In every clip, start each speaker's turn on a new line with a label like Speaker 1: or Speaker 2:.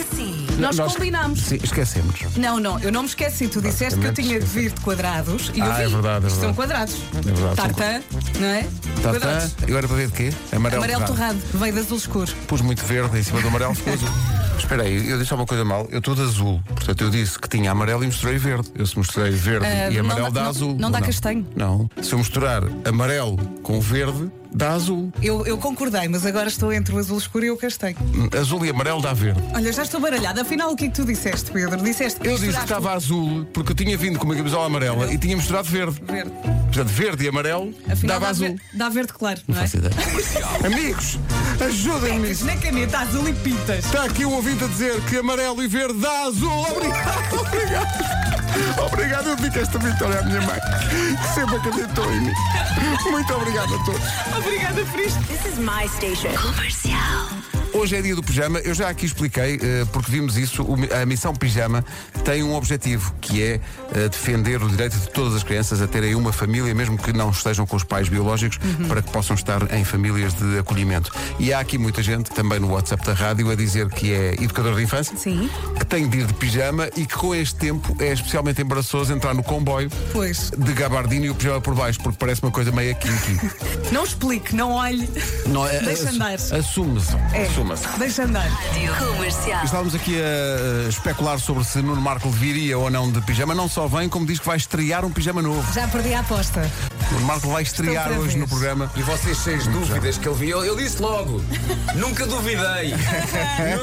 Speaker 1: assim, nós, combinámos.
Speaker 2: Sim, esquecemos.
Speaker 1: Não, não, eu não me esqueci. Tu disseste que eu tinha de vir de quadrados e eu
Speaker 2: Ah,
Speaker 1: vi.
Speaker 2: é verdade, é
Speaker 1: Isto São
Speaker 2: verdade.
Speaker 1: quadrados.
Speaker 2: verdade, são
Speaker 1: Tartã, não é?
Speaker 2: Tartã, um
Speaker 1: Quadrados.
Speaker 2: Tá, agora para ver de quê? Amarelo,
Speaker 1: Amarelo
Speaker 2: torrado.
Speaker 1: torrado, veio de azul escuro.
Speaker 2: Pus muito verde em cima do amarelo, ficou azul. Espera aí, eu disse alguma coisa mal. Eu estou de azul. Portanto, eu disse que tinha amarelo e misturei verde. Eu se misturei verde
Speaker 1: Ah,
Speaker 2: e
Speaker 1: não
Speaker 2: amarelo
Speaker 1: dá-
Speaker 2: dá
Speaker 1: não-
Speaker 2: azul.
Speaker 1: não dá castanho?
Speaker 2: Não. Se eu misturar amarelo com verde, dá azul.
Speaker 1: Eu, eu concordei, mas agora estou entre o azul escuro e o castanho.
Speaker 2: Azul e amarelo dá verde.
Speaker 1: Olha, já estou baralhada. Afinal, o que é que tu disseste, Pedro? Disseste que
Speaker 2: Eu disse que
Speaker 1: misturaste
Speaker 2: estava azul porque eu tinha vindo com uma camisola amarela e tinha misturado verde.
Speaker 1: o verde.
Speaker 2: Portanto, verde e amarelo
Speaker 1: Afinal,
Speaker 2: dava
Speaker 1: dá
Speaker 2: azul.
Speaker 1: ver- Dá verde claro, não é?
Speaker 2: Faço ideia. Amigos, ajudem-me.
Speaker 1: Pecas na caneta azul e pintas.
Speaker 2: Está aqui um ouvinte a dizer que amarelo e verde dá azul. Obrigado, obrigado. Obrigado, eu digo esta vitória à minha mãe, que sempre acreditou em mim. Muito obrigado a todos.
Speaker 1: Obrigada por isto.
Speaker 3: This is my station.
Speaker 2: Hoje é dia do pijama, eu já aqui expliquei, eh, porque vimos isso, o mi- a missão pijama tem um objetivo, que é eh, defender o direito de todas as crianças a terem uma família, mesmo que não estejam com os pais biológicos,
Speaker 1: Uhum.
Speaker 2: para que possam estar em famílias de acolhimento. E há aqui muita gente, também no WhatsApp da rádio, a dizer que é educador de infância,
Speaker 1: Sim.
Speaker 2: que tem de ir de pijama e que com este tempo é especialmente embaraçoso entrar no comboio
Speaker 1: Pois.
Speaker 2: de gabardino e o pijama por baixo, porque parece uma coisa meio kinky.
Speaker 1: Não explique, não olhe.
Speaker 2: Não, é-
Speaker 1: Deixa
Speaker 2: ass-
Speaker 1: andar.
Speaker 2: Assume-se.
Speaker 1: É.
Speaker 2: Assuma-se.
Speaker 1: Deixa andar.
Speaker 3: Comercial.
Speaker 2: Estávamos aqui a eh, especular sobre se Nuno Marco viria ou não de pijama. Não só vem, como diz que vai estrear um pijama novo.
Speaker 1: Já perdi a aposta.
Speaker 2: Nuno Marco vai estrear
Speaker 1: outra
Speaker 2: hoje
Speaker 1: vez.
Speaker 2: no programa.
Speaker 4: E vocês cheios de dúvidas que ele vinha. Eu, eu disse logo, nunca duvidei.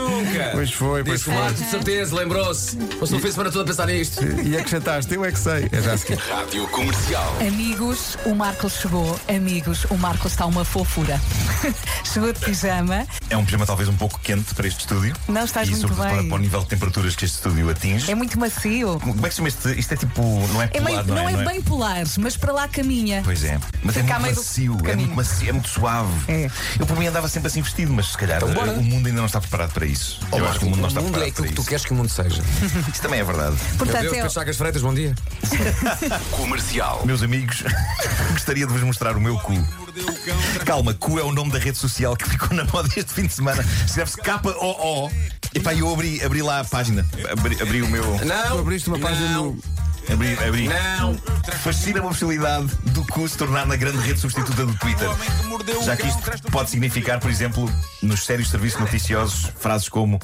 Speaker 4: nunca.
Speaker 2: Pois foi, pois
Speaker 4: disse Marcos, de certeza, lembrou-se. Mas não fez semana toda a pensar nisto.
Speaker 2: E acrescentaste, eu é que sei. É já a seguir.
Speaker 5: Rádio Comercial.
Speaker 1: Amigos, o Marcos chegou. Amigos, o Marcos está uma fofura. chegou de pijama.
Speaker 6: É um pijama talvez um pouco quente para este estúdio.
Speaker 1: Não, estás
Speaker 6: e
Speaker 1: muito
Speaker 6: sobretudo
Speaker 1: bem.
Speaker 6: Para, para o nível de temperaturas que este estúdio atinge.
Speaker 1: É muito macio.
Speaker 6: Como é que se chama este? Isto é tipo. Não é
Speaker 1: É
Speaker 6: polar,
Speaker 1: meio-
Speaker 6: não,
Speaker 1: não
Speaker 6: é?
Speaker 1: é bem polar, mas para lá caminha.
Speaker 6: Pois é. Mas é
Speaker 1: Fica a meio
Speaker 6: muito
Speaker 1: do
Speaker 6: macio, é
Speaker 1: caminho.
Speaker 6: muito macio, é muito suave.
Speaker 1: É.
Speaker 6: Eu por mim andava sempre assim vestido, mas se calhar
Speaker 4: Então bora.
Speaker 6: o mundo ainda não está preparado para isso.
Speaker 4: Ó,
Speaker 6: Eu acho
Speaker 4: Marco,
Speaker 6: que o mundo não está
Speaker 4: é
Speaker 6: preparado
Speaker 4: aquilo que tu
Speaker 6: para isso.
Speaker 4: queres que o mundo seja.
Speaker 6: Isto também é verdade.
Speaker 4: Meu
Speaker 1: Portanto,
Speaker 4: Deus,
Speaker 1: é-
Speaker 4: Pedro Chagas Freitas, bom dia.
Speaker 5: Comercial.
Speaker 6: Meus amigos, gostaria de vos mostrar o meu cu. Calma, cu é o nome da rede social que ficou na moda este fim de semana. Escreve-se K-O-O. Epá, eu abri, abri lá a página. Abri, abri o meu.
Speaker 4: Não.
Speaker 2: Tu abriste uma página
Speaker 4: não,
Speaker 2: no.
Speaker 6: Abri, abri.
Speaker 4: Não.
Speaker 6: Fascina-me a possibilidade do cu se tornar na grande rede substituta do Twitter. Já que isto pode significar, por exemplo, nos sérios serviços noticiosos, frases como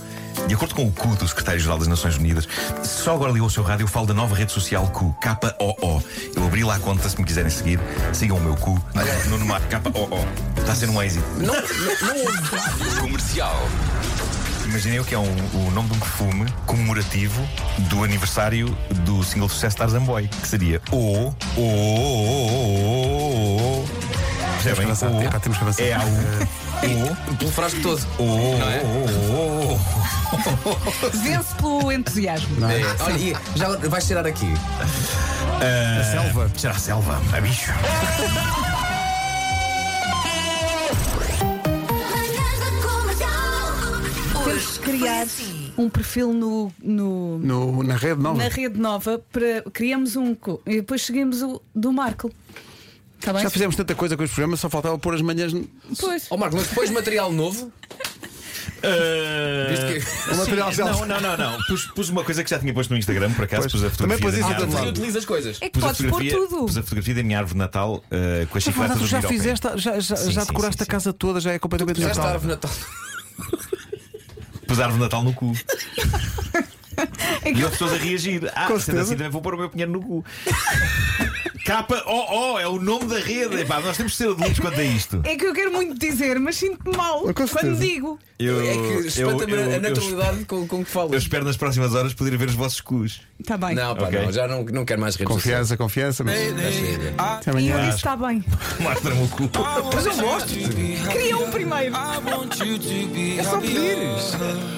Speaker 6: de acordo com o cu do Secretário-Geral das Nações Unidas, se só agora ligou o seu rádio, eu falo da nova rede social cu, KOO. Eu abri lá a conta, se me quiserem seguir, sigam o meu cu, no Nuno Marco, KOO. Está a ser um êxito.
Speaker 5: Comercial.
Speaker 6: Imaginei o que é um- o nome de um perfume comemorativo do aniversário do single de sucesso Tarzan Boy, que seria O, O, O, O, O, O, O. Percebem?
Speaker 2: Temos que avançar,
Speaker 6: O,
Speaker 2: epá, temos que avançar.
Speaker 6: É a U,
Speaker 4: Pelo frasco todo.
Speaker 6: O, O,
Speaker 4: Não é?
Speaker 6: O, O, O.
Speaker 1: vence pelo entusiasmo.
Speaker 4: É. Olha, e já vais tirar aqui.
Speaker 6: Selva. Será selva? É bicho.
Speaker 7: Manhãs da Comercial.
Speaker 1: Temos que criar um perfil no, no-
Speaker 2: no- na rede nova.
Speaker 1: na rede nova para criamos um co- e depois seguimos o do Marco. Está bem?
Speaker 2: Já fizemos tanta coisa com este programa, só faltava pôr as manhãs. no-
Speaker 1: Pois.
Speaker 4: Ó Marco, mas depois material novo. Viste
Speaker 2: é?
Speaker 4: que-
Speaker 6: Eh, Sim,
Speaker 2: material selva.
Speaker 6: Não, não, não, não. Pus, pus uma coisa que já tinha posto no Instagram, por acaso,
Speaker 2: Pois.
Speaker 6: pus a
Speaker 2: Também
Speaker 6: fotografia.
Speaker 2: pus
Speaker 6: da
Speaker 2: isso
Speaker 6: minha
Speaker 2: em todo lado.
Speaker 6: árvore.
Speaker 4: Você utiliza as coisas.
Speaker 1: É que
Speaker 6: Pus a
Speaker 1: podes pôr
Speaker 6: fotografia-
Speaker 1: tudo. Então
Speaker 6: Pus a fotografia da minha árvore de Natal eh, com as chicletas
Speaker 2: Tu
Speaker 6: dos
Speaker 2: já
Speaker 6: Girofé.
Speaker 2: fizeste, já, já,
Speaker 6: Sim,
Speaker 2: já
Speaker 6: sim,
Speaker 2: decoraste
Speaker 6: sim,
Speaker 2: a casa toda, já é completamente
Speaker 4: Já está
Speaker 2: Natal.
Speaker 4: a árvore de Natal.
Speaker 6: Pus a árvore de Natal no cu.
Speaker 1: É que-
Speaker 6: E houve pessoas a reagir. Ah,
Speaker 2: Com
Speaker 6: sendo
Speaker 2: certeza.
Speaker 6: assim, também vou pôr o meu pinheiro no cu. K-O-O é o nome da rede. Epá, nós temos que ser adultos quanto a isto.
Speaker 1: É que eu quero muito dizer, mas sinto-me mal
Speaker 2: Com
Speaker 1: quando
Speaker 2: certeza.
Speaker 1: digo.
Speaker 6: Eu,
Speaker 4: É que espanta-me a naturalidade com, com que
Speaker 6: eu
Speaker 4: falas.
Speaker 6: espero nas próximas horas poder ver os vossos cus.
Speaker 1: Está Tá bem.
Speaker 4: Não, pá,
Speaker 6: Ok.
Speaker 4: não, já não, não quero mais redes sociais.
Speaker 2: Confiança, confiança. Mas... Até
Speaker 1: E
Speaker 2: amanhã.
Speaker 1: eu disse está bem.
Speaker 6: Mostra-me o cu.
Speaker 4: Mas eu mostro.
Speaker 1: Cria um primeiro.
Speaker 8: I want you to be
Speaker 4: É só
Speaker 8: happy.
Speaker 4: pedir.